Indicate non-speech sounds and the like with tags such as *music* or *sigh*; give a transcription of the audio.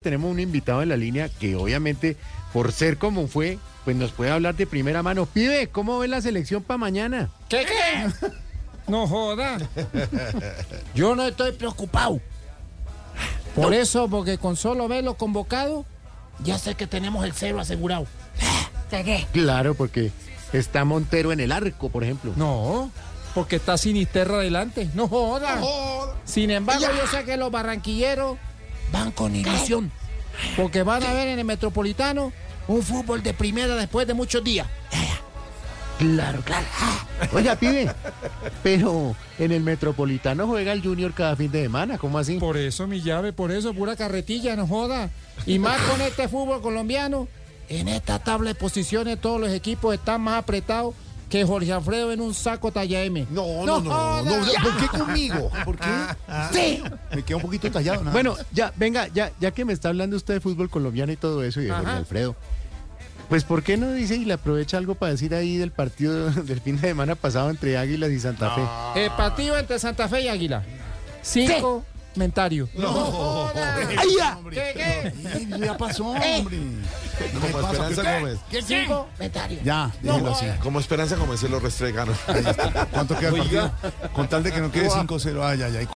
Tenemos un invitado en la línea que obviamente, por ser como fue, pues nos puede hablar de primera mano. Pibe, ¿cómo ves la selección para mañana? ¿Qué qué? *laughs* No joda. *laughs* Yo no estoy preocupado. Por eso, porque con solo verlo convocado, ya sé que tenemos el cero asegurado. Claro, porque está Montero en el arco, por ejemplo. No, porque está Sinisterra adelante. No joda. Sin embargo, yo sé que los barranquilleros van con ilusión. Porque van a ver en el Metropolitano un fútbol de primera después de muchos días. Claro, claro. *laughs* Oiga, pibe, pero en el Metropolitano juega el Junior cada fin de semana, ¿cómo así? Por eso mi llave, por eso pura carretilla, no joda. Y más con este fútbol colombiano, en esta tabla de posiciones todos los equipos están más apretados que Jorge Alfredo en un saco talla M. No, no, Ah. no, no, joda. no, ¿Por qué conmigo? ¿Por qué? Sí. Me queda un poquito tallado. nada Bueno, más. ya, venga, ya, ya que me está hablando usted de fútbol colombiano y todo eso, y de Jorge Ajá. Alfredo, pues ¿por qué no dice y le aprovecha algo para decir ahí del partido *laughs* del fin de semana pasado entre Águilas y Santa Fe? El partido entre Santa Fe y Águila. Cinco comentarios. no, ¡Ay, ya! ¿Qué, qué? Ey, ya pasó, hombre. No me Como pasa, Eh. ¿qué, Esperanza qué? Gómez. Cinco comentarios. Ya, déjelo así. Como Esperanza Gómez se lo restregaron. ¿Cuánto queda el partido? Con tal de que no quede 5-0. Ay, ay, ay.